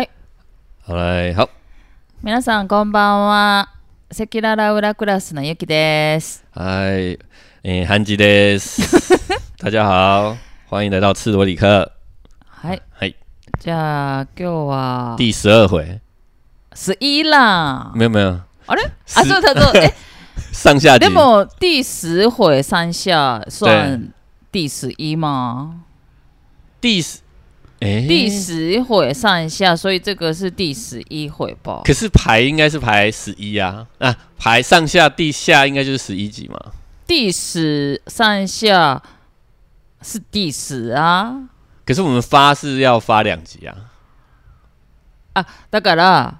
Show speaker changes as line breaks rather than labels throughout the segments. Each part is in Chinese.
はい、好，
皆さんこんばんは。セキララウラクラスのゆきです。
嗨，诶，韩吉です 大家好，欢迎来到赤裸里克。
はい。
嗨，
じゃあ今日は
第十二回，
スイラン。
没有没有，
あれ？
ス
あ、そうだそう。え、
上下集
でも第十回三下算第十一吗？
第十，诶，
第，十回上下，所以这个是第十一回吧？
可是排应该是排十一啊，啊，排上下地下应该就是十一集嘛。
第十上下是第十啊。
可是我们发是要发两集啊，
だから、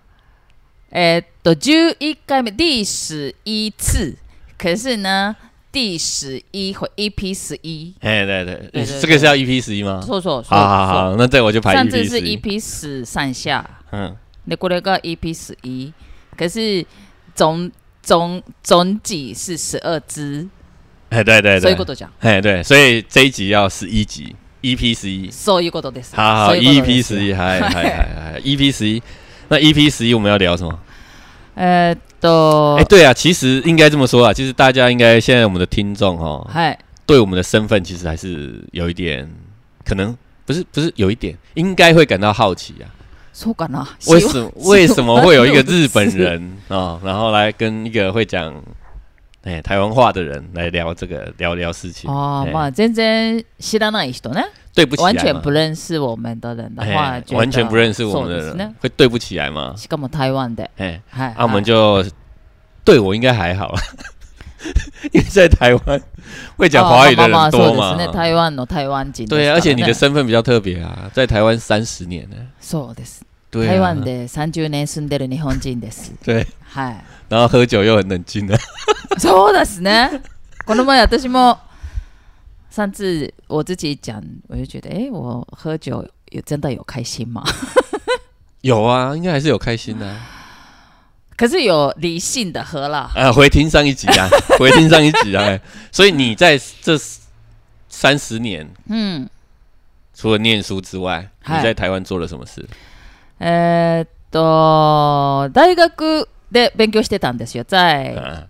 えーっと、11回目、第11次。可是呢、第11回、EP11。
哎，对对，
对
你
对
这个是要 EP 十一吗？
そうそうそう。
好好好，那这我就排
上次
EP
是 E
十一，
EP10 上下。
嗯，
で、これが EP11。可是、总、总、总几是12支。
哎，对对
そうい
对
うこ，とじゃん。
哎对，所以这一集要十一集，EP 十一。
そういうことです。
好好
そういうことです
，EP 十一，嗨嗨嗨嗨，EP 十一。那 EP 十一我们要聊什么？
えーっ
哎、
と、
对啊，其实应该这么说啊，其实大家应该现在我们的听众哦，
はい。
对我们的身份其实还是有一点，可能不是不是有一点，应该会感到好奇啊，
そうかな。
为什么为什么会有一个日本
希望
人啊、哦，然后来跟一个会讲哎、台湾话的人来聊这个聊聊事情
ああ
哎
まあ全然知らない人ね
对不起来
哦完
嘛，
全不认识我们的人的话
哎，
觉得
完全不认识我们的
そう
人，
ですね
会对不起来吗？
しかも台湾で、
哎、
はい
啊，我
は
们
い
就对我应该还好啦， 因为在台湾会讲华语的
あ
人
まあまあ
多
そうですね
嘛。
台湾の台湾人ですからね
对啊，而且你的身份比较特别啊，在台湾三十年呢。
そうです、
对、啊，
台湾で30年住んでる日本人です
对，
はい
然后喝酒又很冷静的。
そうですねこの前私も上次我自己讲我就觉得诶我喝酒有真的有开心吗
有啊，应该还是有开心的啊。
可是有理性的喝啦
啊，回听上一集 啊，回听上一集啊。哎所以你在这三十年，
うん
除了念书之外，你
嗨
在台湾做了什么事？
えーっと、大学で勉強してたんですよ。在
啊，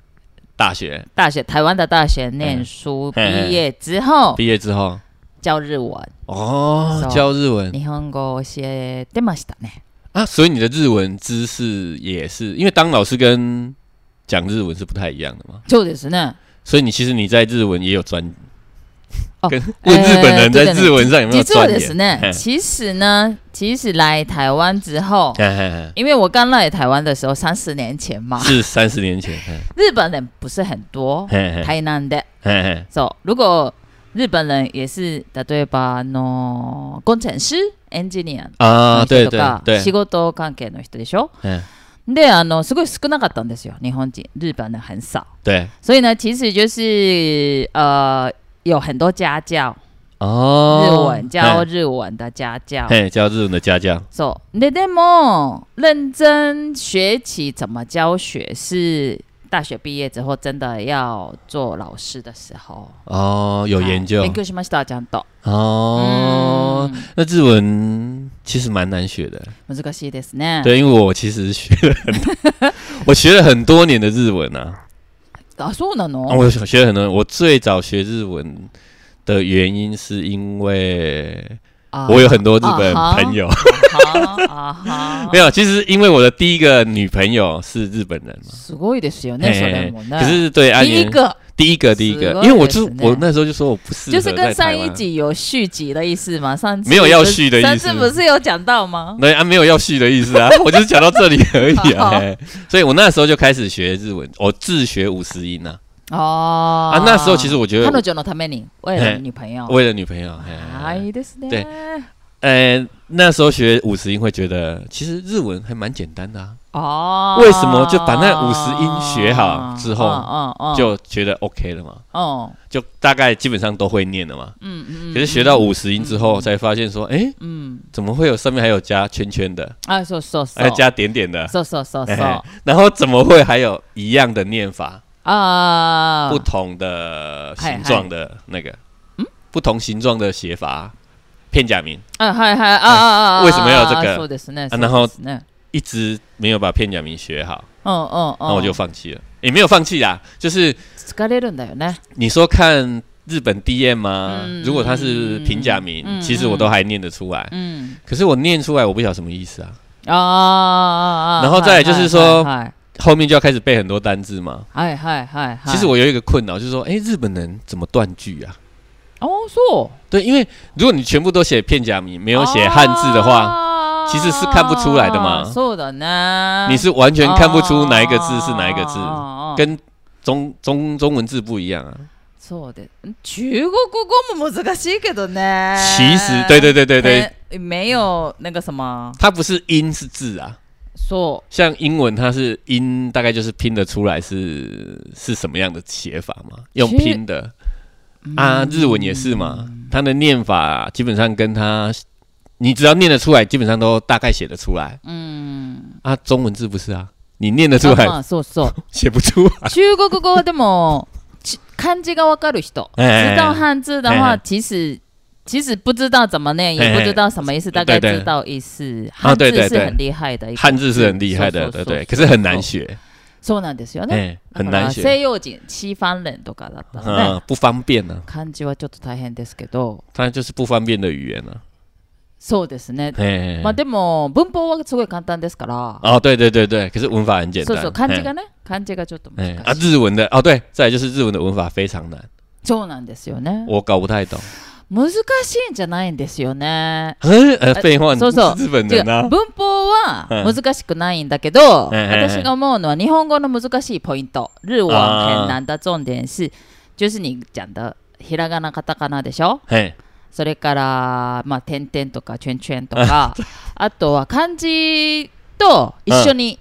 大学
大学、台湾的大学念书、
嗯嗯
毕业之后
毕业之后，
教日文、
哦，
So-
教日文。
日本語を教えてましたね。
啊，所以你的日文知识也是因为当老师跟讲日文是不太一样的嘛，
そうですね。
所以你其实你在日文也有专，
哦
跟问日本人在日文上有没有
実は
钻
で
研
す？ね
嗯，
其实呢，其实来台湾之后，
哎
因为我刚来台湾的时候，三十年前嘛，
是三十年前，
日本人不是很多，
嘿嘿
台南的。
嘿嘿
そう、如果日本人也是例えばあの工程師、エンジニア
啊，
の
对
人と
对
か仕
对，
事関係の人でしょ
嗯，
であのすごい少なかったんですよ日本人日本人很少
对
所以呢其实就是呃有很多家教日
哦，
文教
嘿
日文的家教
嘿教日文的家教，
そうででも认真学起怎么教学是大学毕业之后真的要做老师的时候哎
哦，有研究
はい勉強しましたちゃんと
哦，
嗯
那日文其实蛮难学的，
難しいですね
对，因为我其实学了很多，我学了很多年的日文啊。
あそうなの
啊、我学了很多人。我最早学日文的原因是因为
あ
我有很多日本
啊哈
朋友，
はあは
没有，其实因为我的第一个女朋友是日本人嘛。
すごいですよ
嘿
ねそれも
可
ね
是对安
第一
源
个
第一个第一个
す，ごい
因为我就
ですね
我那时候就说我不适
就
合
是
在
跟上
台湾
一。集有续集的意思吗？上次
没有要续的意思
上次不是有讲到吗？
对啊，没有要续的意思啊， 我就是讲到这里而已
好
啊。嘿所以我那时候就开始学日文，我自学五十音啊。
哦
啊，那时候其实我觉
彼
得
女のために为了女朋友，
为了女朋友，嘿
啊，いいですね。
对呃，那时候学五十音会觉得其实日文还蛮简单的啊。
哦，
为什么就把那50音学好之后
嗯嗯嗯，
就觉得 OK 了嘛，
嗯
就大概基本上都会念了嘛。
嗯嗯，
可是学到五十音之后，才发现说，哎，
嗯
怎么会有上面还有加圈圈的，
啊，そうそうそう
还有加点点的，
そうそうそうそう
哎然后怎么会还有一样的念法，
啊
不同
嗯
的形状的那个，不同形状的写法，片假名
啊，嗨嗨啊啊啊啊啊，
为什么要有这个
そうですね。
啊然后
そうですね
一直没有把片假名学好，
嗯嗯嗯，
那我就放弃了。也没有放弃啦，就是
疲れるんだよね。
你说看日本 DM 啊，
嗯
如果它是平假名，
嗯嗯
其实我都还念得出来。
嗯
可是我念出来，我不晓得什么意思啊。
啊啊啊！
然后再来就是说
はい
后面就要开始背很多单字嘛。
はいはいはい。
其实我有一个困扰，就是说，哎、日本人怎么断句啊？
哦，そう。
对，因为如果你全部都写片假名，没有写汉字的
哦
话，
话
其实是看不出来的嘛
そうだね。
你是完全看不出哪一个字是哪一个
哦字
字，跟中中中文字不一样啊。
そうで中国語も難しいけどね。
其实，对对对对对，
呃对，没有那个什么，
它不是音是字啊。
そう。
像英文，它是音，大概就是拼得出来是是什么样的写法嘛，用
其实嗯
拼的啊。日文也是嘛，它的念法基本上跟它，你只要念得出来，基本上都大概写得出来
うん。
啊。中文字不是啊，你念得出
あま
来，
あそうそう。
写 不出来。
中国語でもち漢字がわかる人，
哎
知道汉字的
哎
话，
哎
其实其实不知道怎么念，
哎
也
哎
不知道什么意思，大
对对
概
对
知道意思。汉
啊对对
字
对
是很厉害的一个字，
汉字是很厉害
そ
的，
う
对
そうそう
对，可是很难
そう
学，
そうなんですよね。
哎，很难
だから西
学，
洋人、西方人とかだったらね
嗯，，不方便呢。
漢字はちょっと大変ですけど、
它就是不方便的语言呢。
そうですね。
哎，
まあでも文法はすごい簡単ですから、
哦，对对对对，可是文法很简
そう
单。
そう漢字
哎
がね、漢字がちょっと難
哎
しい。
啊，日文的哦，对，再来就是日文的文法非常难，
そうなんですよね。
我搞不太 懂。
難しいんじゃないんですよね。
呃，呃废话，你
そうそう
是日本
違う
人啊，
文法は
うん
難しくないんだけど、
うん
私が思うのは日本語の難しいポイント。日文很难的重点是、就是你讲的ひらがなカタカナでしょ
嘿，
それから、まあ、点々とかチュンチュンとか、 あとは漢字と一緒に、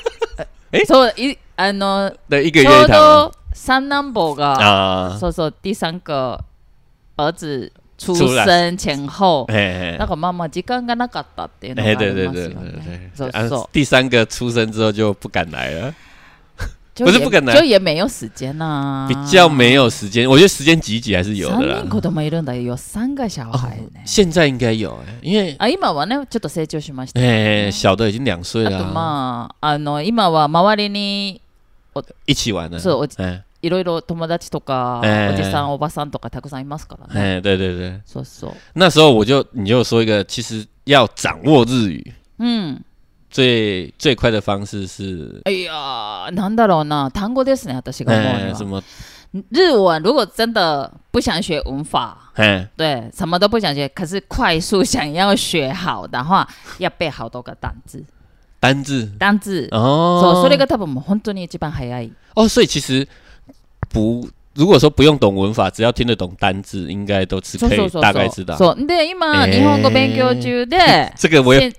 月
そう、いあの、
对，一个
ち
月
ょ
一
う
堂
ど三男坊が、
啊，
そうそう、第三个儿子出
出
生前後。
哎
なんかまあまあ時間がなかったっていうのがあ
哎，
り
对对
ます
对
よ
对
ね。そ
对
う
对，
そ
啊，第三个出生之后就不敢来了。
う。
不是不可能
就也没有时间呐。
比较没有时间，我觉得时间挤一挤还是有的
啊三人
啦。
子供いるんだよ。三个小孩ね。
现在应该有、欸，因为
あ、今はね、ちょっと成長しました
哎、。小的已经两岁
あ
了、啊
とまあ、あの今は周りに
一起玩了。
そうおじ
哎
いろいろ友達とか、
ええ
おじさん、おばさんとかたくさんいますからね。
哎、对对对，
そうそう。
那时候我就你就说一个，其实要掌握日语
うん。
最最快的方式是，
いやー、なんだろうな、単語ですね、私が思うのは。
什么？
日文如果真的不想学文法，
哎
对，什么都不想学，可是快速想要学好的话，要背好多个单字。
单字
单字。そう
哦，
それが多分もう本当に一番早い。
哦，所以其实不，如果说不用懂文法，只要听得懂单字，应该都是
そう
可
そう
以
そう
大概知道。
そう。で、今、
えー
日本語勉強中で、
这个我有，
现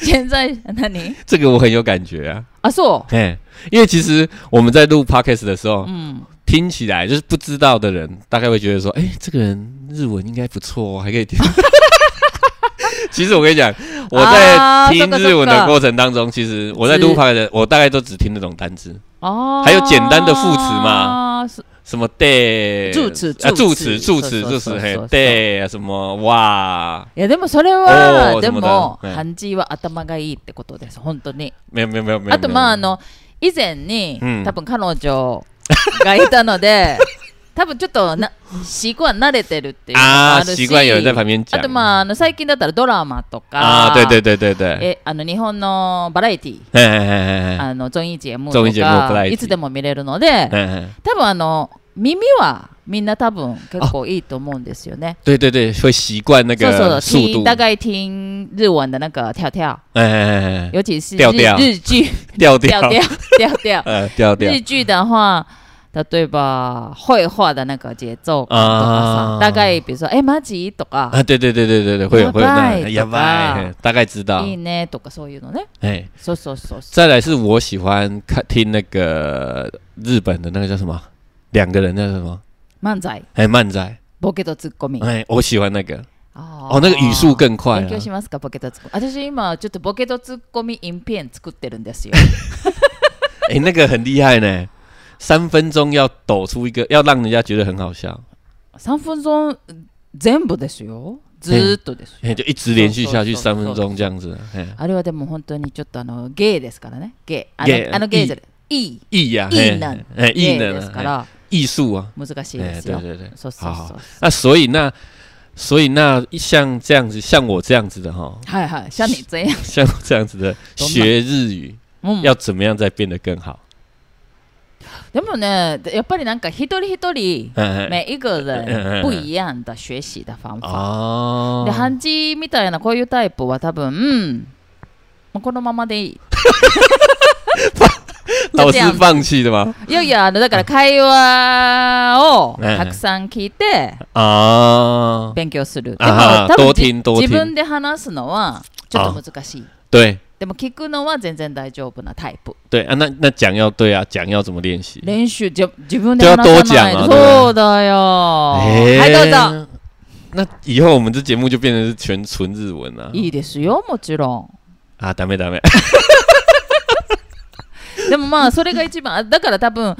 现在何
这个我很有感觉啊。
あ、そう。
嘿，因为其实我们在录 podcast 的时候，
嗯，
听起来就是不知道的人，大概会觉得说，哎、这个人日文应该不错哦，还可以听。 其实我跟你讲，我在
啊
听
这个
日文
这
的
个
过程当中，其实我在录
只
podcast，我大概都只听得懂单字，
哦，
还有简单的副词嘛
是，
什么 day
助词
啊，助
助
词
词
助词
そう
助
そう
词，
そう
嘿
そう
day 啊什么哇，
いやでもそれは
おー
でも
そうだね
漢字は頭がいいってことです本当に。
没有没有没有没有。
あとまああの以前に
うん
多分彼女がいたの で。多分ちょっとな習慣慣れてるっていうのも
啊
あ，るし
习惯有人在旁边
あ
讲
とまああの最近だったらドラマとか
啊，对对对对对，
えあの日本のバラエティー
嘿嘿嘿嘿嘿
あの综藝節目
综
と
艺节目バラ
か
エティー
いつでも見れるので
嘿嘿，
多分あの耳はみんな多分結構いいと思うんですよね。
对对对，会习惯那
そうそ
个
う
速
听
度，
大概听日文的那个跳跳，
哎哎哎哎，
尤其是日
调调
日剧
调
调
调
调调调。
呃，调调
日剧的话，例えば绘画的那个节奏感とか
あー
さ、大概比如说えマジとか、
啊，对对对对对对，会有会有
や
那
ばい
やば
と
い
か
嘿大概知道
い。いねとかそういうのね。
哎，
そうそうそうそう。
再来是我喜欢看听那个日本的那个叫什么，两个人那个什么，
漫才、
哎，漫仔，
ボケとツッコミ。
哎，我喜欢那个。
あー
哦，那个语速更快
勉強
了
し。ますかボケとツッコミ。私今ちょっとボケとツッコミインペン作ってるんですよ。
哎、那个很厉害呢，三分钟要抖出一个，要让人家觉得很好笑，
三分钟全部ですよ。ずーっとですよ。
哎、就一直连续下去
走走
三
走
分钟这样子。哎、
あれはでも本当にちょっとあのゲイですからね。ゲイ。あ
ゲイ
のあのゲイじゃない。いい。
艺呀、
い
嘿
いなん
哎，
ゲ
艺
イ
能
ですか
啊，
ら
哎艺术啊，
難しい
哎、
です
对
よ。
对对。
そうそうそう。
那所以那，所以那像这样子，像我这样子的哈，
はいはい。シャニ全員。
像我这样子的
懂吗
学日语，
うん
要怎么样再变得更好？
でもね、やっぱりなんか一人一人、
嗯嗯
每一个人
嗯
不一样的学习的方法。
哦
で、ハンジみたいなこういうタイプは多分、うん、もうこのままでい い。
老
这
师
样子
放弃的吗？
いやいや、あのだから会話をたくさん聞いて
啊，
勉強する。でも
あー
多分
同点同点
自分で話すのはちょっと難しい。
对
でも聞くのは全然大丈夫なタイプ。
对啊，那那讲要对啊，讲要怎么练习？
練習じゃ自分で話さない
じゃあどう
と
じゃんあ
そうだよ。
哎
はい、どうぞ。
那以后我们这节目就变成是全纯日文了、
いいですよ、もちろん。
啊！ダメダメ。
でもまあそれが一番 あだから多分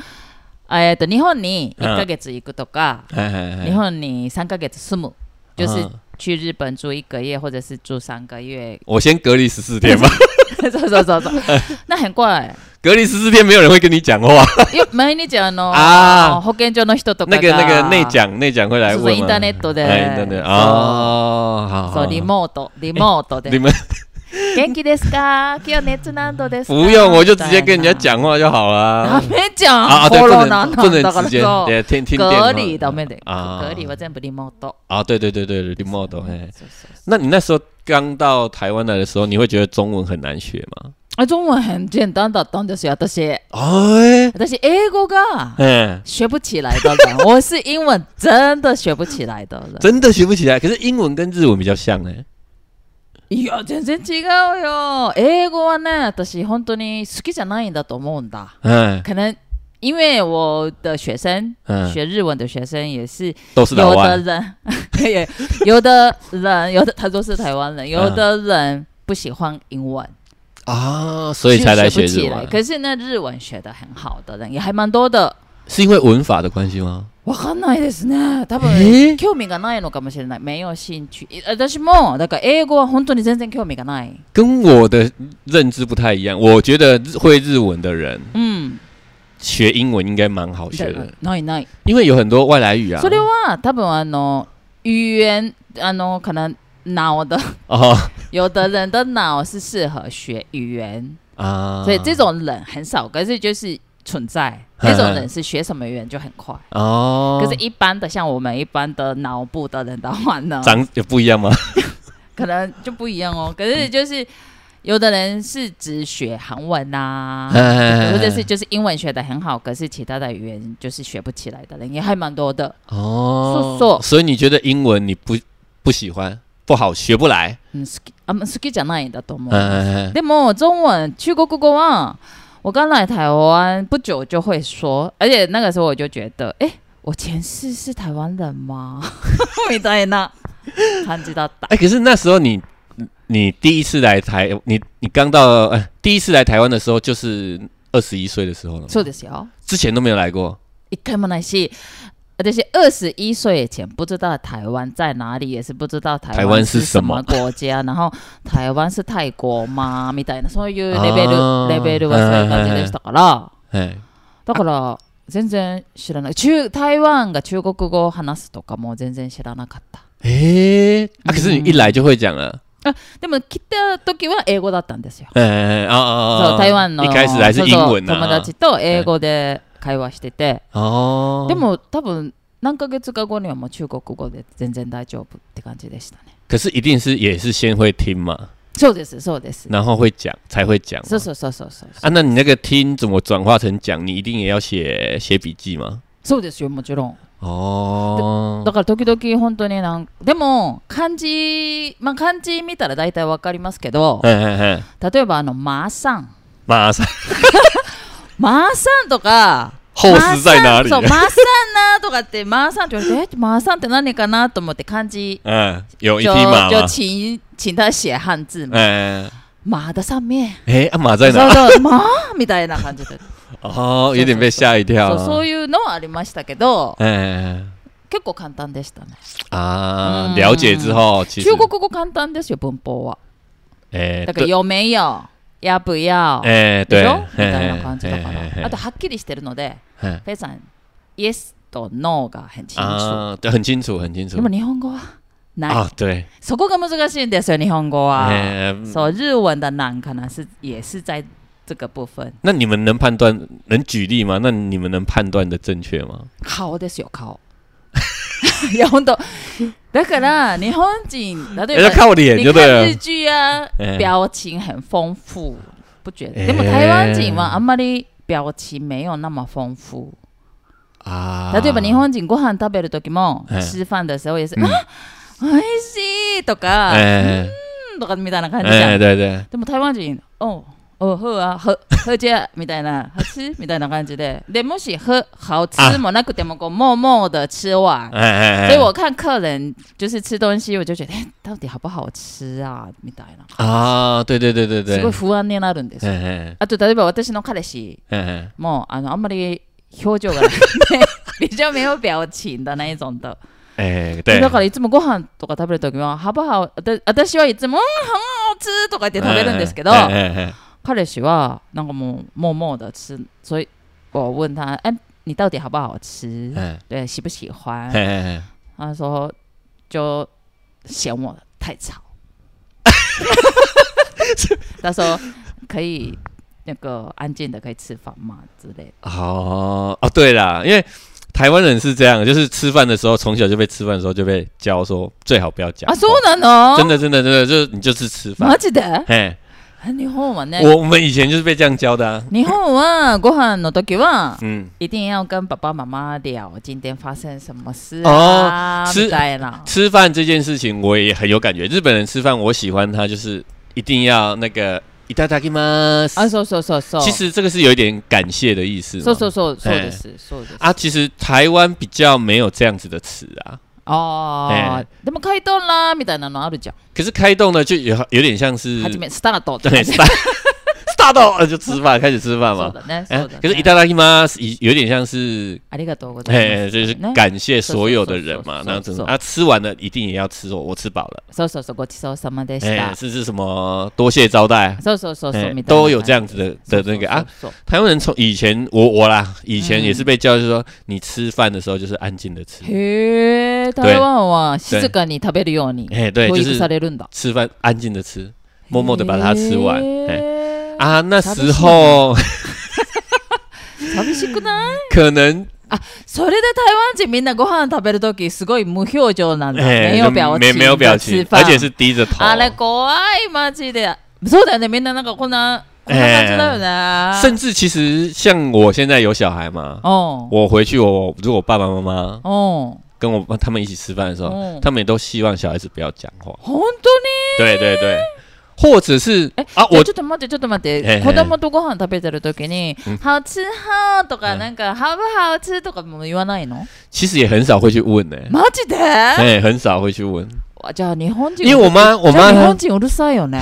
あえっと日本に1ヶ月行くとか、
哎哎哎
日本に3ヶ月住む、就是
嗯，
去日本住一个月或者是住三个月
我先隔离十四天吧，
そうそうそうそう。那很怪。
隔离十四天没有人会跟你讲话。啊
いや毎日 あの
あ
保健所の人とか
那
が
个那个内讲内讲会来
そうそう
问
イン
吗？
ターネットで、
哎，真的哦，好好，
そうそ
好
うリモートリモート
你
で
们
元気ですか？今日熱何度ですか？
不用，我就直接跟人家
みたい
讲话就 好
な。ダ
了。
メじゃん。
啊，对，
コ
不
ロナ
能
な
不
んだから
能直接
そう
对听听电
隔
话
离ダメで。
啊
隔離は全部リモート。
啊，对对对对，remote 哎。
そうそうそう
那你那时候刚到台湾来的时候，你会觉得中文很难学吗？
あ中文很简单だったんですよ、私。
哎
私、英語が
哎，
学不起来的人。 我是英文真的学不起来的人。
真的学不起来。可是英文跟日文比较像哎。
いや、全然違うよ。英語はね、私、本当に好きじゃないんだと思うんだ。
嗯
可能因为我的学生，
嗯，
学日文的学生也是
都是老
有的
外。
人， 也有的人，有的他都是台湾人，有的人不喜欢英文，
啊，所以才来学
就不
日
起来。
文，
可是呢，日文学的很好的人也还蛮多的。
是因为文法的关系吗？
わかんないですね。多
え
分
ー
興味がないのかもしれない。没有兴趣。い私もだから英語は本当に全然興味がない。
跟我的认知不太一样。我觉得日会日文的人
うん。
学英文应该蛮好学的，
ないない。
因为有很多外来语啊。
それは多分あの语言あの可能脑的
啊
有的人的脑是适合学语言，
啊，
所以这种人很少，可是就是存在。
嗯
这种人是学什么语言就很快，
哦，
可是一般的像我们一般的脑部的人的话呢，
长也不一样吗？
可能就不一样哦。可是就是有的人是只学韩文呐、
哎
啊或者是就是英文学的很好，可是其他的语言就是学不起来的人也还蛮多的。啊
哦，
是说
所以你觉得英文你不不喜欢，不好学不来？
嗯，好きあんま好きじゃないんだと思う。
嗯，
でも中文中国語は我刚来台湾不久就会说，而且那个时候我就觉得，哎、我前世是台湾人吗？ みたいな感じだった。
哎、可是那时候你你第一次来台，你你刚到、哎第一次来台湾的时候就是二十一岁的时候了吗，
そうですよ。
之前都没有来过。
一回もないし。私二十一岁以前不知道台湾在哪里，也是不知道台
台湾
是
是
什
什
么
么
国家，然后台湾是泰国吗？みたいなそういうレベル
あー
レベルはそういう感じでしたから、
哎，
だから全然知らない。中台湾が中国語を話すとかも全然知らなかった。
哎、啊，可是
嗯
你一来就会讲啊了，
でも来た時は英語だったんですよ。
哎哎哎啊啊啊啊
そう台湾の哦
一开始还是英文
そうそう友
啊，
達と英語で会話してて、
哦，
でも多分何ヶ月か後にはもう中国語で全然大丈夫って感じでしたね。
可是一定是也是先会听嘛，
そうですそうです。
然后会讲才会讲吗。
そうそうそうそうそう。
啊，那你那个听怎么转化成讲？你一定也要写写笔记吗？
そうですよもちろん。
哦
だ，から時々本当になんでも漢字まあ漢字見たら大体わかりますけど、
嘿嘿嘿，
例えばあのマーさん、
马上
マーさんとか。
后事在哪里
マー？さんそうマーさんなとかってマーさんって言われてえマーさんって何かなと思って漢字
嗯，有一匹
就
马吗
就？请请他写汉字嘛，
哎
马的上面，
哎，啊马在
そう
哪？
そう马みたいな感じ で、
哦，有点被吓一
そ
跳
うそ
啊。
ういうのはありましたけど、
哎
結構簡単でしたね。
啊，
嗯
了解之后，其实
中国語簡単ですよ文法は。
哎
だから
对
有没有、要不要、
哎
で
对
しょみ
嘿
たいな感じだか
嘿嘿嘿
ら。あとはっきりしてるので、
嘿
非常 yes と no が很清楚。
啊，对，很清楚，很清
で
楚
も日本語はない。
啊，对，
そこが難しいんですよ日本語は。
哎，
そう日文的难可能是也是在这个部分。
那你们能判断，能举例吗？那你们能判断的正确吗？
顔ですよ 顔いや本当だから日本人例
要
えば
靠脸
你
就对
看日
了。
剧啊
ええ
表情很丰富不觉
ええ
得でも台湾人はあんまり表情没有那么丰富
啊
例えば日本人ご飯食べる時も
ええ
吃飯的时候也是
うん
あ美味しいとか
예, 哎
うんとかみたいな感じじゃん
哎，对对，
でも台湾人おうおうふあふふじゃみたいなはちみたいな感じででもしふ好吃もなくてもこうもうもう的吃完
哎哎哎，
所以我看客人就是吃东西，我就觉得、哎到底好不好吃啊，みたいな。
啊，对对对对对
すごい，不安になるんです
哎
よ。
哎
あと例えば私の彼氏
哎哎，
もあのあんまり表情がなくて比较没有表情的那一种的。
哎对，
だからいつもご飯とか食べるときは、好不好？わた私はいつもうん、好吃とか
예,
言って食べるんですけど、
哎哎哎，
彼氏はなんかもう默默的吃，所以我问他，哎、你到底好不好吃？
哎
对，喜不喜欢
哎？哎，
他说就嫌我太 吵，他说可以那个安静的可以吃饭嘛之类的。
哦哦，对啦，因为台湾人是这样，就是吃饭的时候，从小就被吃饭的时候就被教说最好不要讲
啊，
话，
そうなの？
真的真的真的，就是你就是吃
マ
饭，
ジで？
哎，
日本はね、
我我们以前就是被这样教的啊，
日本はご飯の時は。
嗯，
一定要跟爸爸妈妈聊今天发生什么事啊，
哦
み
吃
たいな。
吃饭这件事情我也很有感觉，日本人吃饭我喜欢他就是一定要那个いただきま
啊，
す，
そうそうそうそう。
其实这个是有一点感谢的意思嘛，
そうそうそうそう
哎
です、そうです。
啊，其实台湾比较没有这样子的词啊。
ああ、でも回答なみたいなのあるじゃん。
可是开动呢，就有有点像是
はじめスタートって
对
感じ。
start start 就吃饭，开始吃饭
そう
嘛。
だね、
哎
そうだ、ね。
可是いただきます，以有点像是
ありがとうございます。
哎，就是
ね
感谢所有的人嘛，
是是是是
那样子
是是
啊，吃完了一定也要吃我，我吃饱了，
そうそうそう、ごちそうさまでし
哎，
た。
是是什么多谢招待，
そうそうそうそう、
哎
みたいな。
都有这样子的的那个啊。
そうそうそう
台湾人从以前我我啦，以前
嗯
也是被教，就是说你吃饭的时候就是安静的吃，
へえ、台湾は静かに食べるように
哎，对，
教
就
育
是
されるんだ。
吃饭安静的吃，默默的把它吃完，哎
へー
啊，那时候
寂しくない
可能
それで台湾人みんなご飯食べるときすごい無表情なんだ。
哎，
没有表情。
没没有表情
吃，饭啊
而且是低着头，
あれ怖い、マジで。そうだよね、みんななんかこんな、こんな感じだよね。
甚至其实像我现在有小孩嘛，
うん。
我回去我如果爸爸妈妈
うん。
跟我他们一起吃饭的时候，
嗯
他们也都希望小孩子不要讲话。
本当に
对对对，或者是
えじゃ
啊，
あ
我
ちょっと待ってちょっと待っ
ええ
て子供とご飯食べてる時に
う
「
ん
好吃好」と
う
か
ん
なんか「好不好吃」とかも言わないの
其实也很少会去问呢、
マジで
哎、很少会去问，
わじゃあ日本人
因为我妈我
じゃあ
妈
日
她
本人うるさいよ ね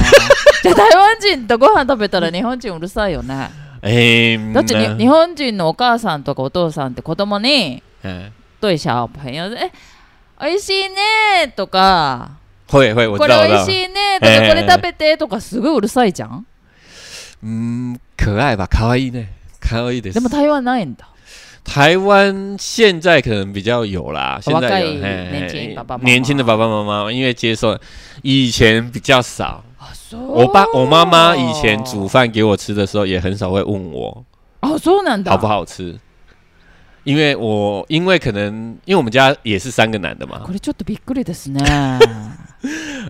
じゃあ台湾人とご飯食べたら日本人うるさいよね
哎、
だってに
嗯
日本人のお母さんとかお父さんって子供に
嗯
对小朋友でえおいしいね」とか
会
「
会我
これ
知道我
お
知
い
道
し，いね」とか
え
「
え
これ食べて」とかすごいうるさいじゃん
嗯，可爱吧，卡哇伊呢，卡哇伊的
で。も台湾ないんだ
台湾现在可能比较有啦，现在有
若い
嘿嘿
年轻爸爸妈妈
年轻的爸爸妈妈，因为接受以前比较少。
あそう
我爸我妈妈以前煮饭给我吃的时候，也很少会问我
あそうなんだ
好不好吃，因为我因为可能因为我们家也是三个男的嘛
こ，れちょっとびっくりですね。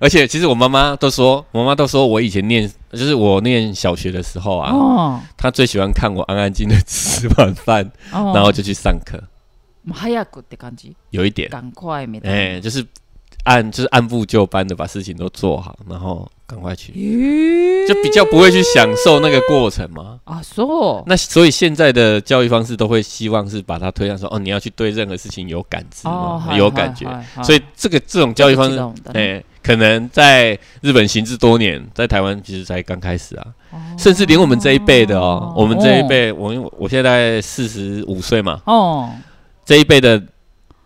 而且其实我妈妈都说，我妈妈都说我以前念就是我念小学的时候啊，
哦
她最喜欢看我安安静静地吃完饭，
哦
然后就去上课，
もう早くって感じ。
有一点，
赶快みたいな。
哎、就是按就是按部就班的把事情都做好，然后赶快去，
咦
就比较不会去享受那个过程嘛。
あそう。
那所以现在的教育方式都会希望是把它推向说，哦，你要去对任何事情有感知
哦
嘛，
はい
有感觉。
はいはい
所以这个这种教育方式
这个知道的，嗯
哎、可能在日本行之多年，在台湾其实才刚开始啊，
哦
甚至连我们这一辈的哦，我们这一。
哦
辈，我因为我现在大概四十五岁嘛，
哦，
这一辈的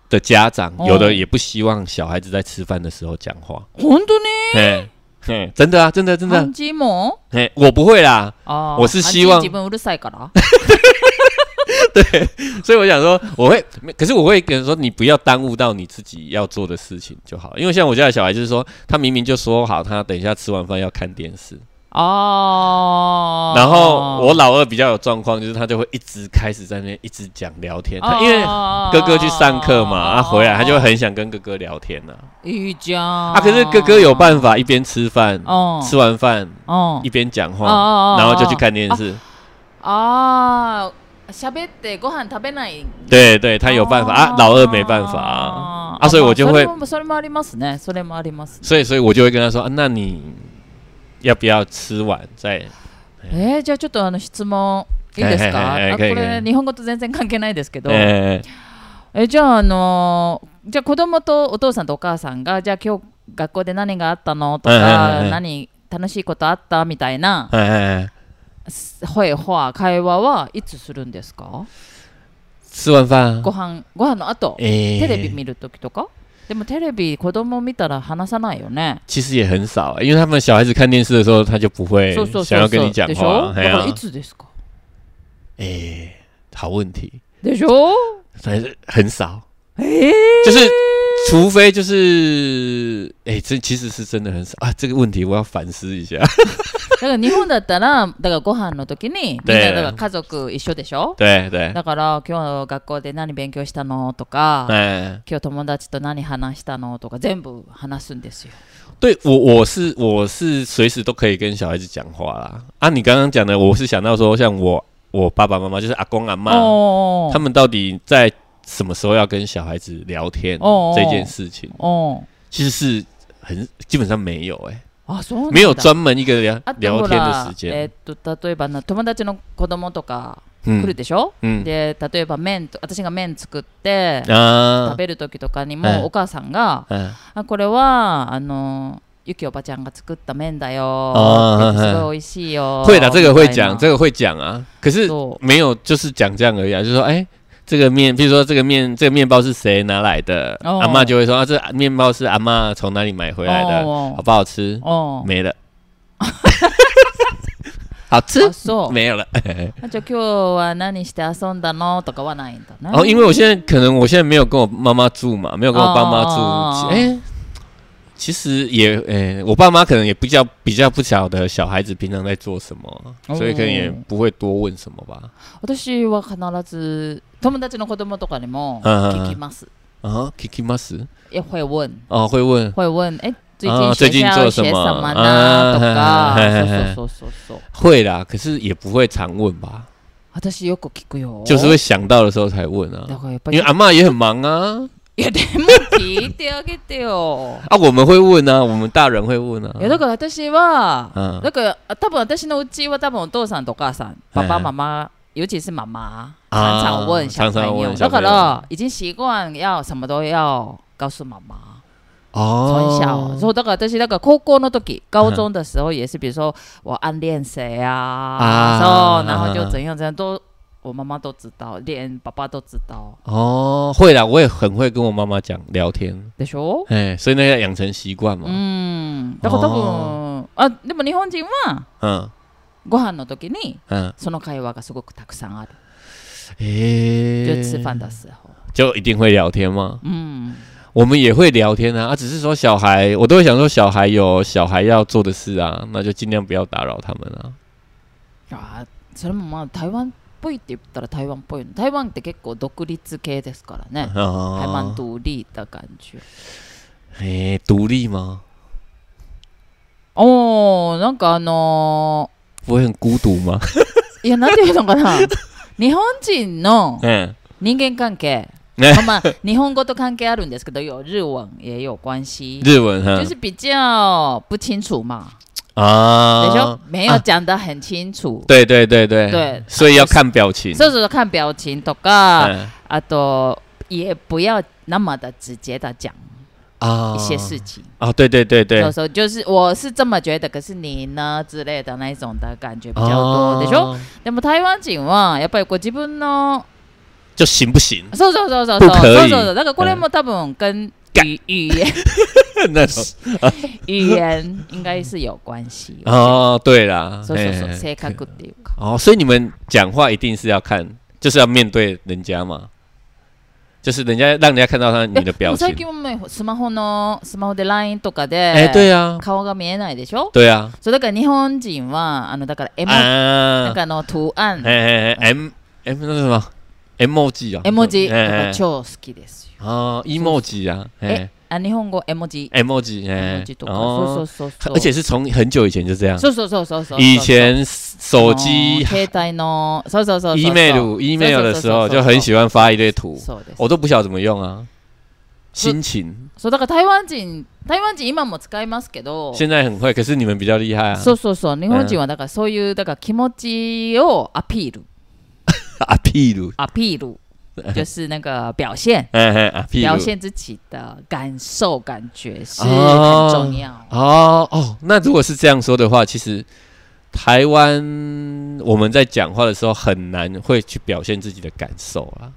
的家长，
哦
有的也不希望小孩子在吃饭的时候讲话，
本当に
哎、嘿真的啊，真的真的
感，じも？
哎、我不会啦，
あー
我是希望
感じ自分うるさいから。
所以我想说，我会，可是我会跟人说，你不要耽误到你自己要做的事情就好。因为像我家的小孩，就是说，他明明就说好，他等一下吃完饭要看电视。
哦。
然后我老二比较有状况，就是他就会一直开始在那边一直讲聊天，
哦
他因为哥哥去上课嘛，他回来他就会很想跟哥哥聊天呐。
いいじゃん。
啊，可是哥哥有办法一边吃饭，
哦
吃完饭
哦
一边讲
哦哦
话
哦，
然后就去看电视。
ああ喋ってご飯食べない。
对对，他有办法
哦
啊，老二没办法啊。
あ
啊所以我就会
まあそれもそれもありますね。それもあります。
所以，所以我就会跟他说、啊：“那你要不要吃完再
えー、じゃあちょっとあの質問いいですか、
はい
あ
はいはいはいはい
これ日本語と全然関係ないですけ？”ど、え
哎、
じゃああのーじゃあ子供とお父さんとお母さんがじゃあ今日学校で何があったのとか、
はいはいはいはい
何楽しいことあったみたいな
哎哎哎，
会話会話はいつするんですか
吃完饭啊
ご飯ご飯の後、
哎、
テレビ見るときとかでもテレビ子供見たら話さないよね。
其实也很少、啊因为他们小孩子看电视的时候，他就不会
そうそうそうそう
想要跟你讲
でし
话
ょ。
哎
だか
呀、
らいつですか
哎、好问题，
でしょ
反正很少，
えー、
就是除非就是哎、这其实是真的很少啊。这个问题我要反思一下。
だから日本だったら、だからご飯の時に、みんなだから家族一緒でしょ
对对，
だから今日学校で何勉強したのとか、
哎、
今日友達と何話したのとか全部話すんですよ。
对我我是我是随时都可以跟小孩子讲话啦。啊，你刚刚讲的，我是想到说，像我我爸爸妈妈就是阿公阿妈。
おー
他们到底在什么时候要跟小孩子聊天
哦
这件事情，
おー
其实是很基本上没有哎、
あ、そうなんだ。
没有专门一个聊
あと
聊
ほ
天啊的
ら
哎时、
え
间。
ーっと、例えばな友達の子供とか来る
嗯
でしょ、
嗯
で、例えば麺と、私が麺作って、
啊
食べる時とかに
はい
もお母さんが、
嗯
あこれはあのゆきおばちゃんが作った麺だよ
あー
って言って
はい
すごい美味しいよ
会的，这个会讲，
みた
这
いな
个会讲哦啊。可是
そう
没有，就是讲这样而已啊，就说哎、这个面，比如说这个面，这个面包是谁拿来的？
哦
阿妈就会说啊，这面包是阿妈从哪里买回来的，
哦
好不 好吃？
お
没了，好吃
あそう
没有了。
あじゃあ今日は何して遊んだのとかはないんだな
哦，因为我现在可能我现在没有跟我妈妈住嘛，没有跟我爸妈
哦
住，哎、其实也，哎、我爸妈可能也比较比较不晓得小孩子平常在做什么，
哦
所以可能也不会多问什么吧。
私は必ず友達の子供とかにも
うんうんうん
聞きます
啊，Kiki Mas，
え会問
哦，会问，
会問え
あー
最近学校学什么なと
あーはいはい
か
はい
そうそうそうそう
会啦，可是也不会常问吧，
私よく聞くよ
就是会想到的时候才问
だ
啊。
からやっぱり
因为阿嬷也很忙啊，
いやでも聞いてあげてよ
啊，我们会问啊，我们大人会问
いやだ
啊，
から私は、
嗯
だからあ多分私のうちは多分お父さんとお母さん、
は
パ
い
パ、ママ、尤其是妈妈，
啊
常常问小朋
常常
友，
问小
だ
朋
か
友
ら已经习惯要什么都要告诉妈妈。从小，
哦，
そうだから私だから高校の時、高中的时候也是，比如说我暗恋谁啊，
啊
そう然后就怎样怎样都，我妈妈都知道，连爸爸都知道，
哦，会啦，我也很会跟我妈妈讲聊天。
でしょ？
哎，所以那要养成习惯
う
嘛。
ん。だから多分あでも日本人は
嗯
ご飯の時に
嗯，
その会話がすごくたくさんある。就
哎
吃饭的时候，
就一定会聊天吗？
嗯，
我们也会聊天啊，啊，只是说小孩，我都会想说小孩有小孩要做的事啊，那就尽量不要打扰他们啊。
啊，それもまあ台湾ぽいって言ったら台湾っぽいの台湾って結構独立系ですからね还蛮
啊，
独立的感觉
哎，独立吗？
おーなんかあの
不会很孤独吗？
ーいやなんていうのかな日本人の
嗯，
人間関係、
ね
まあまあ日本語と関係あるんですけど有日文也有关系
日文哈
就是比较不清楚嘛，也就
啊，
没有讲得很清楚。
对对对对
对
所以要看表情。
所以说看表情とか，
嗯
あと也不要那么的直接的讲
啊
一些事情。
啊，对对对对
有，时候就是我是这么觉得，可是你呢之类的那一种的感觉比较多
啊
でしょ。でも台湾人はやっぱりこう自分の
就行不行？
そうそうそうそう
不
そう
可
そ
以
うそうそう。だからこれも多分跟语语言哦
那种
语言应该是有关系。
哦，对啦，
そうそうそう
嘿
性格っていうか。
哦，所以你们讲话一定是要看，就是要面对人家嘛，就是人家让人家看到他你的
で
表
も
情
最。近もねスマホのスマホで LINE とかで、
哎、对啊，
顔が見えないでしょ
对啊，
そうだから日本人はあのだから絵文、なん，
啊
かあの圖案
哎哎哎，M M 那是什么？M O G 啊，
絵文字と
哎
か
哎
超好きですよ。
啊，emoji 啊，哎
えあ日本語絵文字
，emoji
絵
哎
文字，とか、
哦，
そうそうそうそう。
而且是从很久以前就这样，
そうそうそうそうそう
以前手
あ
机
の、携帯のそうそうそうそうそう
email email 的时
そうそうそうそ
候
う
就很喜欢发一堆图，
そうです。
我都不晓得怎么用啊，心情。
そうだから台湾人台湾人今も使いますけど。
现在很会，可是你们比较厉害啊！
そうそうそう日本人はだからそういうだから気持ちをアピール
啊屁如，
アピール就是那个表 现
哎哎啊屁
表
如。
现自己的感受、感觉是
哦
很重要。
哦哦，那如果是这样说的话，其实台湾我们在讲话的时候很难会去表现自己的感受啊。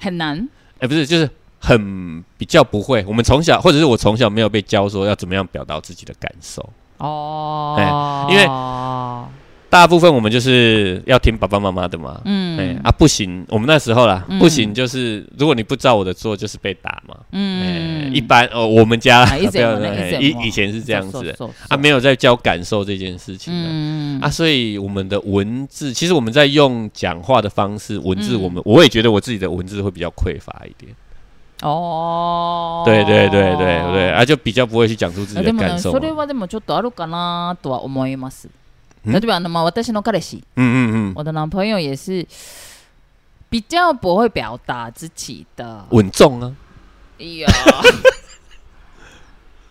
很难
哎、不是，就是很比较不会。我们从小，或者是我从小没有被教说要怎么样表达自己的感受。
哦，
哎因为大部分我们就是要听爸爸妈妈的嘛。哎、
嗯
啊，不行，我们那时候啦，
嗯
不行就是如果你不照我的做，就是被打嘛。哎
嗯，
一般哦，我们家啦
啊一直
不要
有一
哎
直有
以以前是这样子的
的
啊，没有在教感受这件事情的
嗯
啊，所以我们的文字，其实我们在用讲话的方式，文字
嗯
我们我也觉得我自己的文字会比较匮乏一点。
哦，
对对对对对，啊，就比较不会去讲出自己
で
的
も
感
ね
受啊
そ
嘛。
れはでもちょっとあるかなとは思います。
ん
例えばあのまあ私の彼氏、
嗯嗯嗯，
我的男朋友也是比较不会表达自己的。
稳重啊，
いや。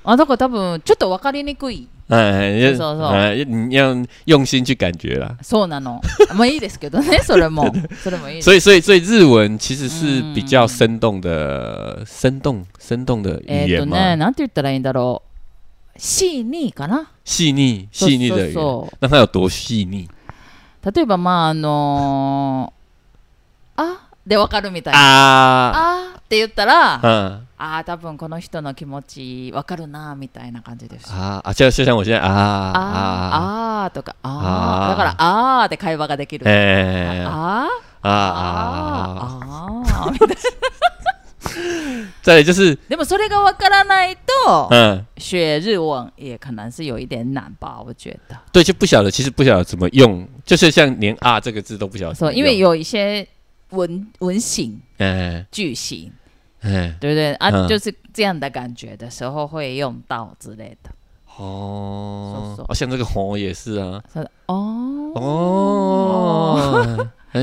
あだから多分ちょっと分かりにくい。
哎，
是是是
哎，你要用心去感觉啦。
そうなの。まあいいですけど ね、それも。それもいいです。
所以，所以，所以日文其实是比较
嗯
生动的、生动、生动的
え
语
ー
言
とね、
嘛，
なんて言ったらいいんだろう。C2 かな
细腻、
そう
细腻
そう
的语言。
そ
那它有多细腻
う例えば、まあ、あのーあでわかるみたいな。
啊？
あって言ったら、あ
嗯
あ、多分この人の気持ちわかるな、みたいな感じです。
啊啊，就就像我现在啊
あ
啊
あ、あー
啊，
とか、
あ
あ
ー
あ、だから、ああで会話ができる。
哎
あ
啊啊
あ、
啊！
ああ、みたいな。
再来就是
でも、それがわからないと、
嗯，
学日文也可能是有一点难吧，我觉得。
对，就不晓得，其实不晓得怎么用，就是像连啊这个字都不晓得怎
所
么
以
用，
因为 有一些文文型
哎
句型，
哎
对不对啊？
嗯
就是这样的感觉的时候会用到之类的。
哦
搜，索
哦像这个红也是啊
说哦，
哦，哎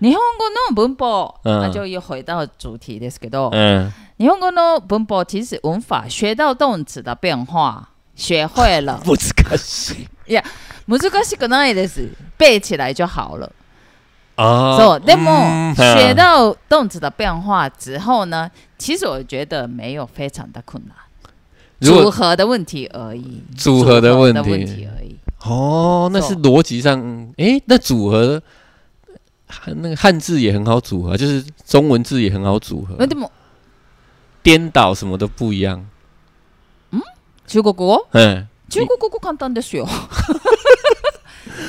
日本語の文法，
嗯
那就又回到主题ですけど，
嗯，
日本語の文法其实文法学到动词的变化。学会了
不知可 惜
難しくない です。背起来就好了。
啊
そう、で
嗯
も、学到动词的变化之后呢，其实我觉得没有非常的困难，
如果
组合的问题而已，
组合的问
组合的问
题
题而已。
哦，那是
走
逻辑上，诶，那组合汉那个汉字也很好组合，就是中文字也很好组合，
えでも
颠倒什么都不一样。
中国語
嗯，
中国語簡単ですよ。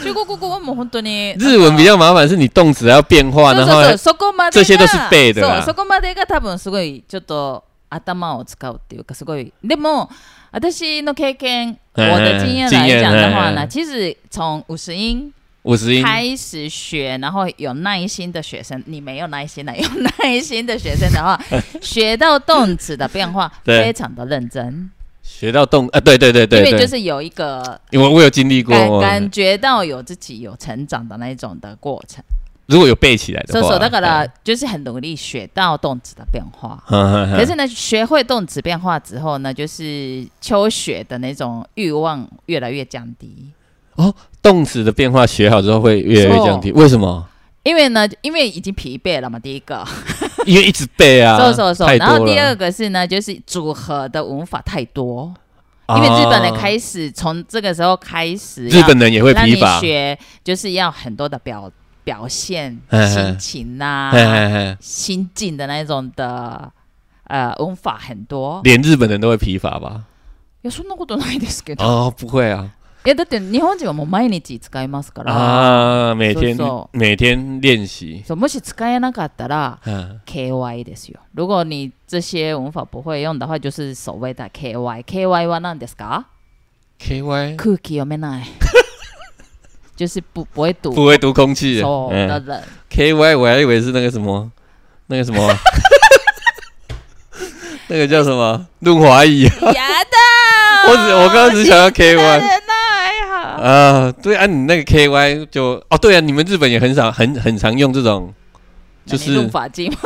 中国語はもう本当に
日文比较麻烦，是你动词还要变化，
そう
然
そうそう
后
そこまで
这
が
些都是背的
そ
啊
う
啦
そこまでが多分すごいちょっと頭を使うっていうかすごいでも私の経験我
嗯
的经验来讲的话
经验
呢，
嗯
其实从五十音
五十音
开始学，然后有耐心的学生，你没有耐心的，有耐心的学生的 话，学到动词的变化
对
非常的认真，
学到动啊，对对对对
因为就
对，
是有一个
因为我有经历过
感
哦，
感觉到有自己有成长的那一种的过程，
如果有背起来
所
的
以
话，哎
说だか
对
ら就是很努力学到动词的变化。
哼哼哼
嗯可是呢，学会动词变化之后呢，就是求学的那种欲望越来越降低。
动词的变化学好之后会越来越降低，为什么？
因为呢，因为已经疲惫了嘛，第一个，
因为一直背啊，
搜搜搜。
太多
然后第
了
二个是呢，就是组合的文法太多，因为日本人、开始从这个时候开始，
啊啊日本人也会
让
疲
你
乏，
学就是要很多的表表现
嘿嘿
心情呐、
嘿嘿嘿
心境的那种的呃文法很多。
连日本人都会疲乏吧？
いやそんなことないですけど。
哦，不会啊，
いやだって日本人はもう毎日使いますから。
啊，每天
搜搜
每天练习，
そうもし使えなかったら
嗯，
KY ですよ。如果你这些文法不会用的话，就是所谓的 KY。KY は何ですか？
K Y
空気読めない，就是不不会读
不会读空气，
手的
嗯
人。
，K Y 我还以为是那个什么，那个什么，啊 那个叫什么润滑液啊，，
假的
我只我刚刚只想要 K
真
Y
的。还好。
啊，对啊，你那个 K Y 就哦，对啊，你们日本也很少，很很常用这种，就
那你
是
用法镜吗，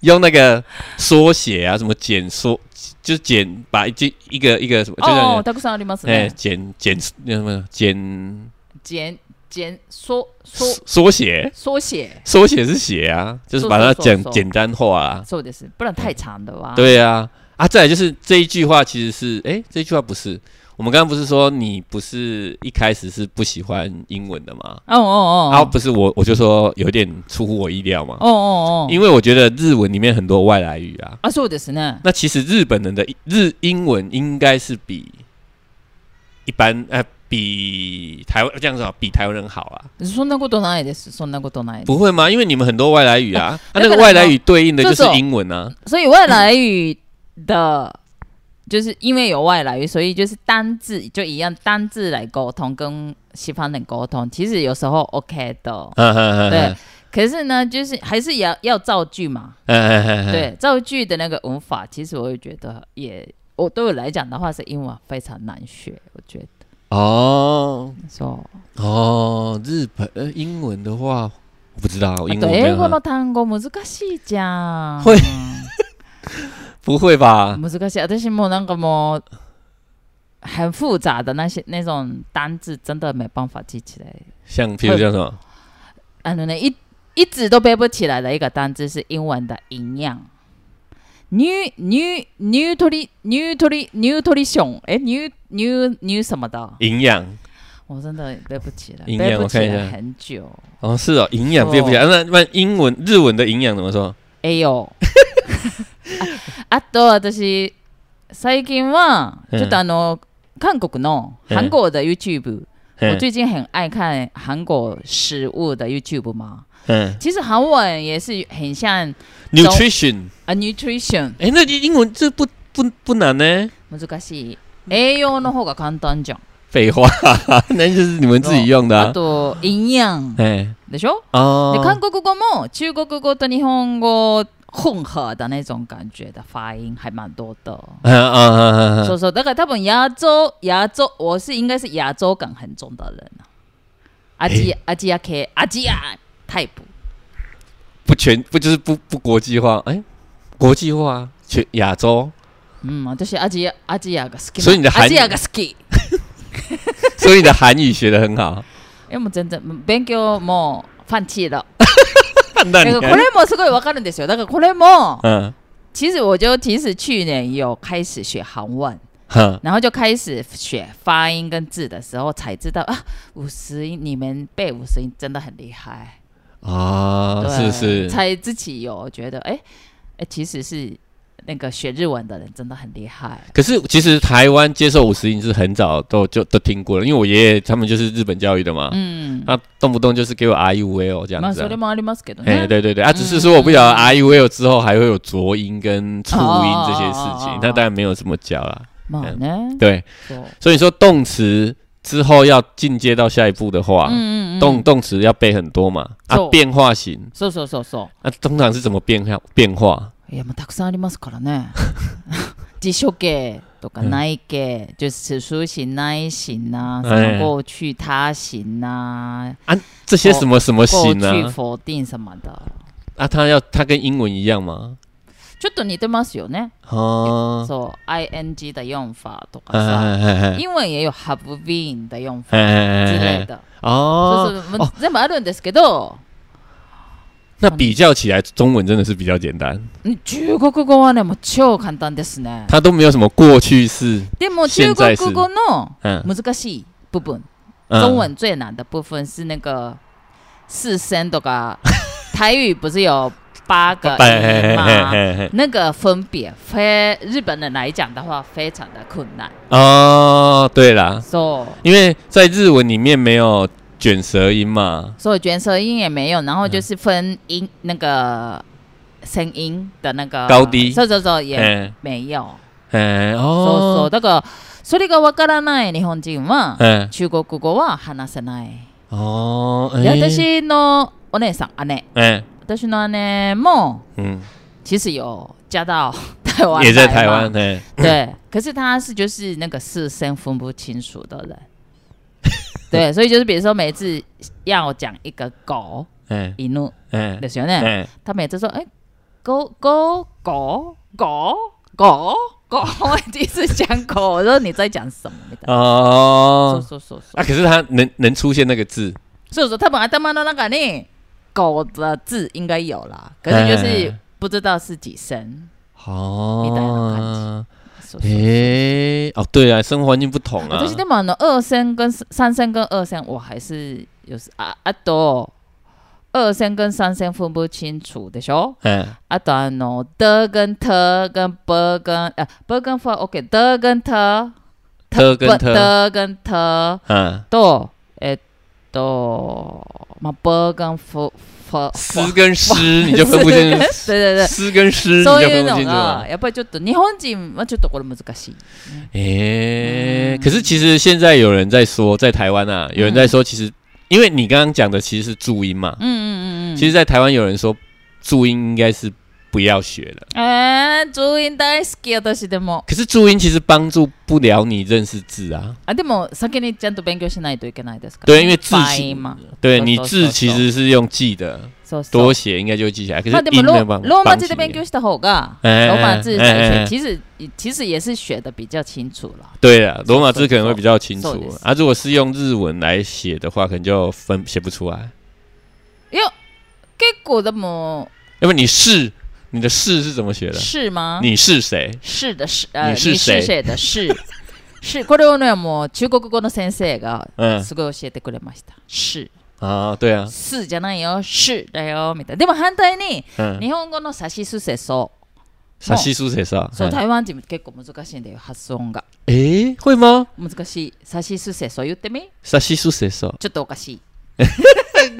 用那个缩写啊，什么简缩，就是简把一句一个一个什么，就
哦
像，
たくさんあります
哎
ね。
简简那什么简
简简缩缩
缩缩写，
缩写，
缩写是写啊，就是把它
缩缩
简
缩
简单化啊，
そうです。不然太长的哇。
对啊，啊，再来就是这一句话其实是，哎，这一句话不是，我们刚刚不是说你不是一开始是不喜欢英文的吗？
哦。哦哦
啊，
哦。
不是我我就说有点出乎我意料嘛，
哦哦哦。
因为我觉得日文里面很多外来语啊，
あそうですね。
那其实日本人的日英文应该是比一般呃比台湾这样子啊，比台湾人好啊，
そんなことないです。そんなことないです。
不会吗？因为你们很多外来语啊，啊
哎那
那个
可能
外来语对应的就
就是是哦
英文啊，
所以外来语的，就是因为有外来语，所以就是单字就一样，单字来沟通跟西方人沟通，其实有时候 OK 的。
嗯嗯
对
嗯，
可是呢，就是还是要要造句嘛，
嗯嗯，
对，造句的那个文法，其实我也觉得也，我对我来讲的话是英文非常难学，我觉得
哦
说，
哦，日本呃英文的话我不知道，哦英文我
啊对，
没有啊
英語
很
の単語難しいじゃん。
会不会吧？
難しい。私もなんかもう很复杂的那些那种单字，真的没办法记起来。
像譬如叫什么
あのね、一一直都背不起来的一个单字是英文的营养。new new new トリ new トリ new nutrition，哎，new new new 什么的，
营养
我真的背不起来，
营养
背不起
我看一
来
下
很久。
哦是哦营养
哦
对不起啊，那那英文日文的营养怎么说？
えよ。ああと私最近は
うん
ちょっとあの韓国の韓国的 YouTube。我
嗯
最近很爱看韩国食物的 YouTube 嘛，
嗯
其实韩文也是很像
，nutrition。
a nutrition
哎、那英文这不不不难呢？
難
嗯
しい。栄養の方が簡単じゃん。
废话， 那就是你们自己用的、
あ
啊。
と、营養
哎、
でしょ、
哦，
で韓国語も中国語と日本語混合的那种感觉的发音还蛮多的。
啊啊啊
所
啊！
以说，だから多分亚洲亚洲，我是应该是亚洲感很重的人啊。阿基阿基亚 K 阿基亚 type，
不全不就是不不国际化？哎、国际化全亚洲，
嗯，私アジアアジアが好きな。
所以你的韩
アジアが好き。
所以你的韩语学的 很好。
いやもう全然もう勉強もうファンチーだ。
那
だか
你
らこれもすごいわかるんですよ。だからこれも，
嗯
其实我就其实去年有开始学韩文，
哼，
然后就开始学发音跟字的时候才知道啊，五十音你们背五十音真的很厉害，
啊，
对
是不是？
才自己有觉得哎哎、其实是那个学日文的人真的很厉害。
可是其实台湾接受五十音是很早都就都听过了，因为我爷爷他们就是日本教育的嘛，
嗯，
他、动不动就是给我 I U V O 这样
まあ
子、啊
それ。もありますけど
哎、
ね。
对对对，啊，只是说我不
嗯
晓得 I U L 之后还会有浊音跟促音这些事
哦哦哦哦
情
哦，
那当然没有这么教啦。
まあね。
对，
そう
所以说动词之后要进阶到下一步的话，
嗯嗯嗯，
动动词要背很多嘛，啊
そう，
变化型，
そうそうそうそ
那、通常是怎么变化？变化？
う。いや、もうたくさんありますから ね。辞書形とか
うん
ない形、就是此书形、ない形呐、
哎
什么过去他形呐、
这些什么什
过
么型
去
啊？
否定什么的。
啊，它要它跟英文一样吗？
ちょっと似てますよね。
哦，
そう、ing 的用法とか
哎
さ、
哎哎哎
英文也有 have been 的用法
哎哎
之
哎
类
哎
的。
哦，
そうそう、全部あるんですけど、
那比较起来，中文真的是比较简单，
うん中国語はね、もう超簡単ですね。
它都没有什么过去式，
でも中
現在
国
式
語の
嗯，
難しい部分、
嗯
中文最难的部分是那个四声とか、 台语不是有八个
哎嘿
音
嘿嘿
吗？
嘿嘿
那个分别，非日本人来讲的话，非常的困难。
哦，对啦，
So，
因为在日文里面没有卷舌音嘛，
所以卷舌音也没有，然后就是分音、那个声音的那个
高低
そうそうそう也
哎
没有。
哎
そうそう
哦，
だからそれがわからない日本人は
哎
中国語は話せない。
哦，
で
哎
私のお姉さん姉、
哎
私の姉も
嗯，
其实有嫁到台湾，
也在台湾，。哎，
对，可是她是就是那个四声分不清楚的人。对，所以就是比如说每次要讲一个狗
哎
犬
哎
ですよね。
哎，
他每次说：“哎、狗狗狗狗狗狗。”我第一次讲狗，我说你在讲什么？みたいな。そう
哦，
そうそうそ
啊，可是它能能出现那个字，
う。所以说他本来他妈的那个呢，狗的字应该有啦，可是就是不知道是几声。みたいな
哦，
そうそう
哎，哦，对啊，生活环境不同啊，
私でもあの二声跟三声跟二声，我还是有时ああと二声跟三声分不清楚でしょ。
哎
あとあの、的跟特跟波跟呃波跟波 OK 的跟特
特跟
不
特
的跟特
嗯，
とえっとまあ波跟波波，
诗跟诗你就分不清
对对
诗跟
对，
诗你
そう
就
いう
分不
の
清楚
が
啊了。
やっぱりちょっと日本人はちょっとこれ難しい。
诶、
嗯
可是其实现在有人在说，在台湾啊，有人在说，其实、因为你刚刚讲的其实是注音嘛，
うんうんうん。
其实，在台湾有人说注音应该是不要学的，
えー、注音大好き私でも。
可是注音其实帮助不了你认识字啊，
あでも先にちゃんと勉強しないといけないですから、
对，因为字
发
形
音嘛。
对
走
你
走
字
走
其
走
实是用记的，
そうそう。
多写应该就会记起来，可是
まあでも
音没
ロ
有办法
ローマ
帮
字で
助
勉
你
強した方が、
ええ
ローマ字才学
ええええ
其实其实也是学的比较清楚了。
哎对啊，罗马字可能会比较清
そうで
楚
す
啊。如果是用日文来写的话，可能就分写不出来。
いや結構でも
要不你是你的是是怎么写的？
是啊吗？
你是谁？
是的是呃
你是谁
你是谁的是 是これをねもう中国語の先生が
嗯
すごい教えてくれました。是
啊，对啊，
是じゃないよ是だよみたいな。でも反対に
嗯，
日本語のさしすせそ
啥西苏谁
う
少？
そう
嗯
台湾人結構難しいんだよ発音が
诶，会吗？
難しいさしすせそ言ってみ
啥西苏谁少？
ちょっとおかしい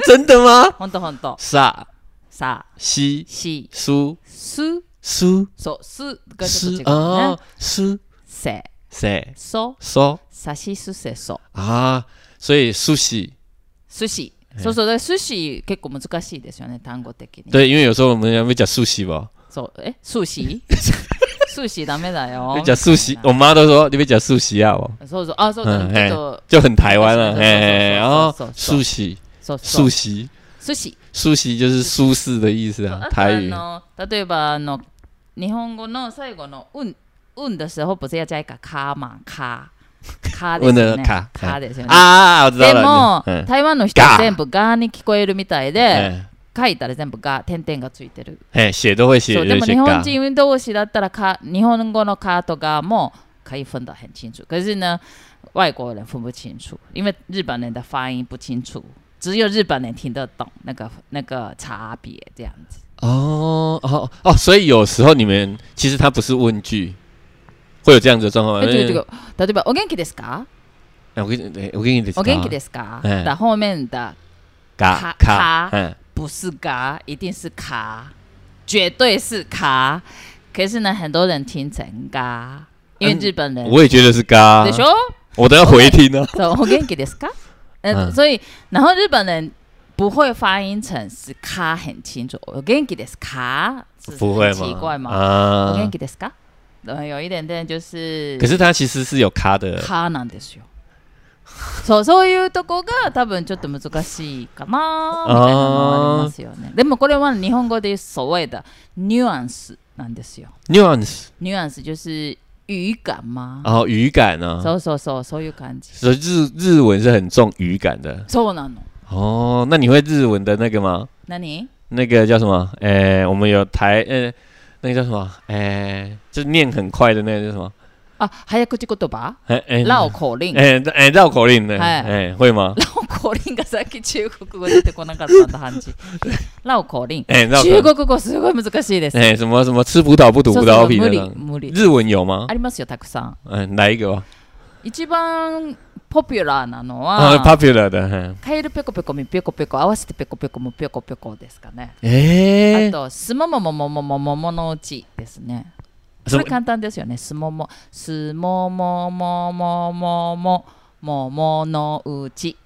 真的吗？
ほんとほんと
啥
さあ
西
し
苏
す
苏
そう、すがちょっと違うね
苏啊。苏
せ、
谁
そ、
说
さしすせそ。
啊？所以苏西
寿司。そうそう、だから寿司結構難しいですよね、単語的に。
对，因为有时候我们会讲苏西吧，
そう、え、寿 司寿司ダメだよ
会。讲苏西
み，た
我
い
妈都说你会讲苏西啊，我
なそうそう、あ、そうだ
う
ね、
ん
ちょっと、
就很台湾了，
对对对
哎，然
对
后
对对对
苏西
そうそ
苏
う。
西
寿司。
苏西就是舒适的意思啊
あ，とあ
台语
の、例えば、あの、日本語の最後の、うん、うん的时候不是要加一个かま、か。かですよ
うん
ね。
か
かですよね。
啊，我知道
で
了
も、
你，嗯
台湾の人は全部ガーに聞こえるみたいで、
嗯。
書いたら全部ガー、点々がついてる。
哎，写都会写，
そうで
就
も
写
日
嘎
本。人同士だったらか日本語のカとガも可以分得很清楚。可是呢，外国人分不清楚，因为日本人的发音不清楚，只有日本人听得懂那个那个差别这样子。
哦哦哦，所以有时候你们其实它不是问句，会有哎这样子的状况
え
吗？
違う違
因为
う例えばお元気ですか？
哎，我给你，哎我给你，。
お元気ですすか？
ええ
だ方面的
嘎
卡
嘎，嗯，
不是嘎，一定是卡，绝对是卡。可是呢，很多人听成嘎，因为
嗯
日本人
我也觉得是嘎
で。しょ？
我等下回听啊。
そう、お元気ですか？
嗯
嗯，所以然后日本人不会发音成是卡很清楚，お元気ですか？是
不会
很
吗？
奇怪吗？お
啊
元，気ですか？呃，有一点点就是
可是它其实是有卡的，
卡なんですよ。そうそういうとこが多分ちょっと難しいかなみたいなのはありますよね。でもこれは日本語で言う所谓的ニュアンスなんですよ。
nuance，
ニュアンス就是语感吗？
然后语感啊，
そうそうそうそういう感じ。
所以日日文是很重语感的。
そうなの。
哦，那你会日文的那个吗？
何？
那个叫什么？哎，我们有台，呃，那个叫什么？哎，就是念很快的那个叫什么？
あ、早口言葉？
哎哎，
ラオコリン。
哎哎绕口令的，
哎
哎会吗？
ラオコリンがさっき中国語出てこなかったんだ、ハン ジ。ラオコリン。
哎绕口
中
令，
国語すごい難しいです。
哎什么什么吃葡萄不吐
そ
葡
う
萄
そう
皮
無
那
理
种。
無理。
日文有吗
あ？りますよ、たくさん。
嗯，来一个吧。
一番ポピュラーなの
啊
は、
，popular 的，嗯
カエルペコペコミペコペコ合わせてペコペコもペコペコですかね。あ
哎，
と、スモモモモモモモモのうちですね。
什
こ
么
れ？簡単ですよね。スモモ、スモモモモモモモモのうち。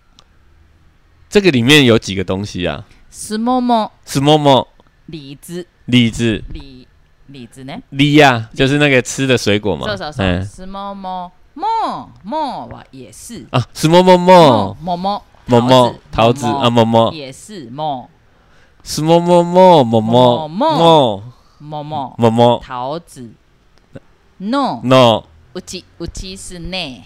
这个里面有几个东西啊？
スモモ、
什么么
リーズ、
李子
リー、リーズね。
梨呀、就是那个吃的水果嘛。
そうそうそう。
嗯
スモモ、モモは也是。
啊，什么么么
モモ、
么么桃子
哦桃
啊，么么
也是モ、
什么么么么
么
么么
モモ、
么么
桃子の
no，
うち、うち是ね。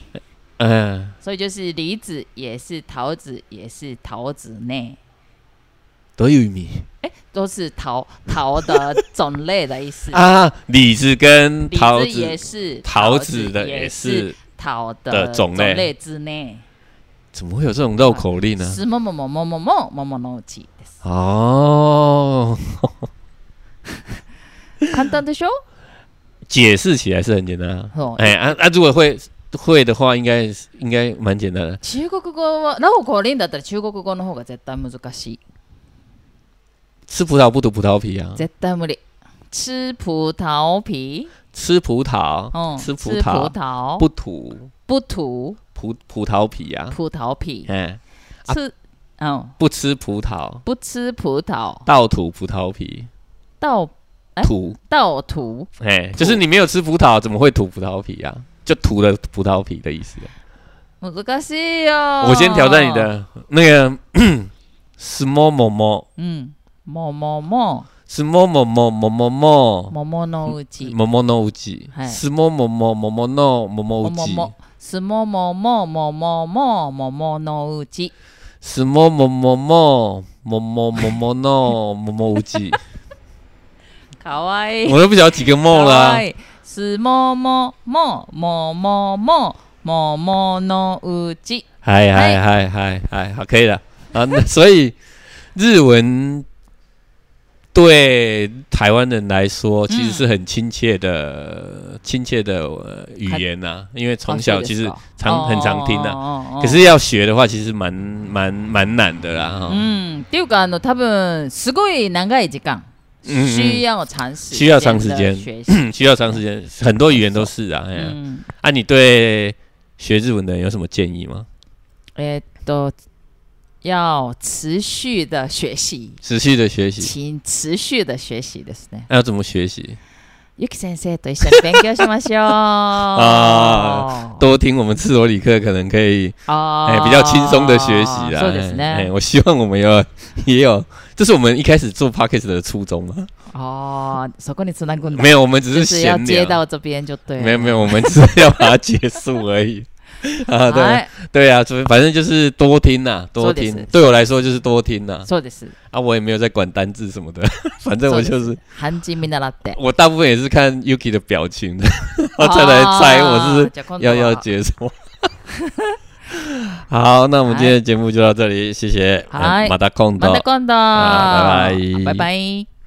嗯，
所以就是梨子也是桃子也是桃子ね。
都有米
都是桃桃的种类的意思。
啊，李子跟
梨
桃
子也
子，
是，
桃子的也
也
是，
桃
的
的
种类
类之内。
怎么会有这种绕口令呢？
是もももももももものうちです。
哦，
簡単で しょ？
解释起来是很简单啊。
そう
哎啊啊，如果会会的话，应该是应该蛮简单的。
中国語はラオコリンだったら中国語の方が絶対難しい。
吃葡萄不吐葡萄皮啊，
絶対無理。吃葡萄皮，
吃葡萄
嗯，
吃葡
葡
萄
萄
不吐
不吐
葡葡萄皮啊，
葡萄皮，
哎。啊
吃嗯
不吃葡萄，
不吃葡萄，
倒吐葡萄皮，
倒哎
吐，
倒吐
哎，就是你没有吃葡萄，怎么会吐葡萄皮啊？就吐了葡萄皮的意思。
難しいよ。
我先挑战你。的那个 small 某某
うん。ももも
small 某某某某某
桃のうち。
某某 no 几
嗨
small 某某某某 no 某嗯某几
すもももももももものうち。
small 某某某某某某某 no 某某 几，
かわいい。
我都不晓得几个
か
mo 了啊
わ。いい。すもももももももものうち。
嗨嗨嗨嗨嗨，好，可以了啊。那所以日文对台湾人来说，其实是很亲切的、亲切的、呃语言呐、因为从小其实
あ
常、很常听呐、。
そうですか
可是要学的话，其实蛮蛮蛮难的啦。哈
うんうん。っていうか、あの、多分、すごい長い時間。
うんうん
需要長時間。
需要長時間
学習。
需要长时间，很多语言都是啊。哎呀
うん
啊，你对学日文的人有什么建议吗？
えーっと、要持续的学习。
持续的学习，
请持续的学习ですね。
那要怎么学习？
ゆき先生と一緒に勉強しましょう。
あ多听我们赤裸里克，可能可以
あ
哎、
ー
比较轻松的学习啦。
そうです
哎、
ね。
我希望我们有 也有，这是我们一开始做 p o c k e t 的初衷 吗？
ああ、そこにつなぐんだ。
没有，我们只
就是是要
闲
接
聊。
到这边就对了。
没有没有，我们只是要把它结束而已。 啊，对
はい
对啊，所以反正就是多听呐、
そ
多
うです
听。对我来说就是多听呐、啊。
そうです。
我也没有在管单字什么的， 反正我就是
漢字見習って。
我大部分也是看 Yuki 的表情 的，然后再来猜我是
じゃあ今度
要
は
要接什么。哦 好，那我们今天的节目就到这里，谢谢。
嗨
哎马达空
また。
的
今度。
あーバイバイ
バイバイ。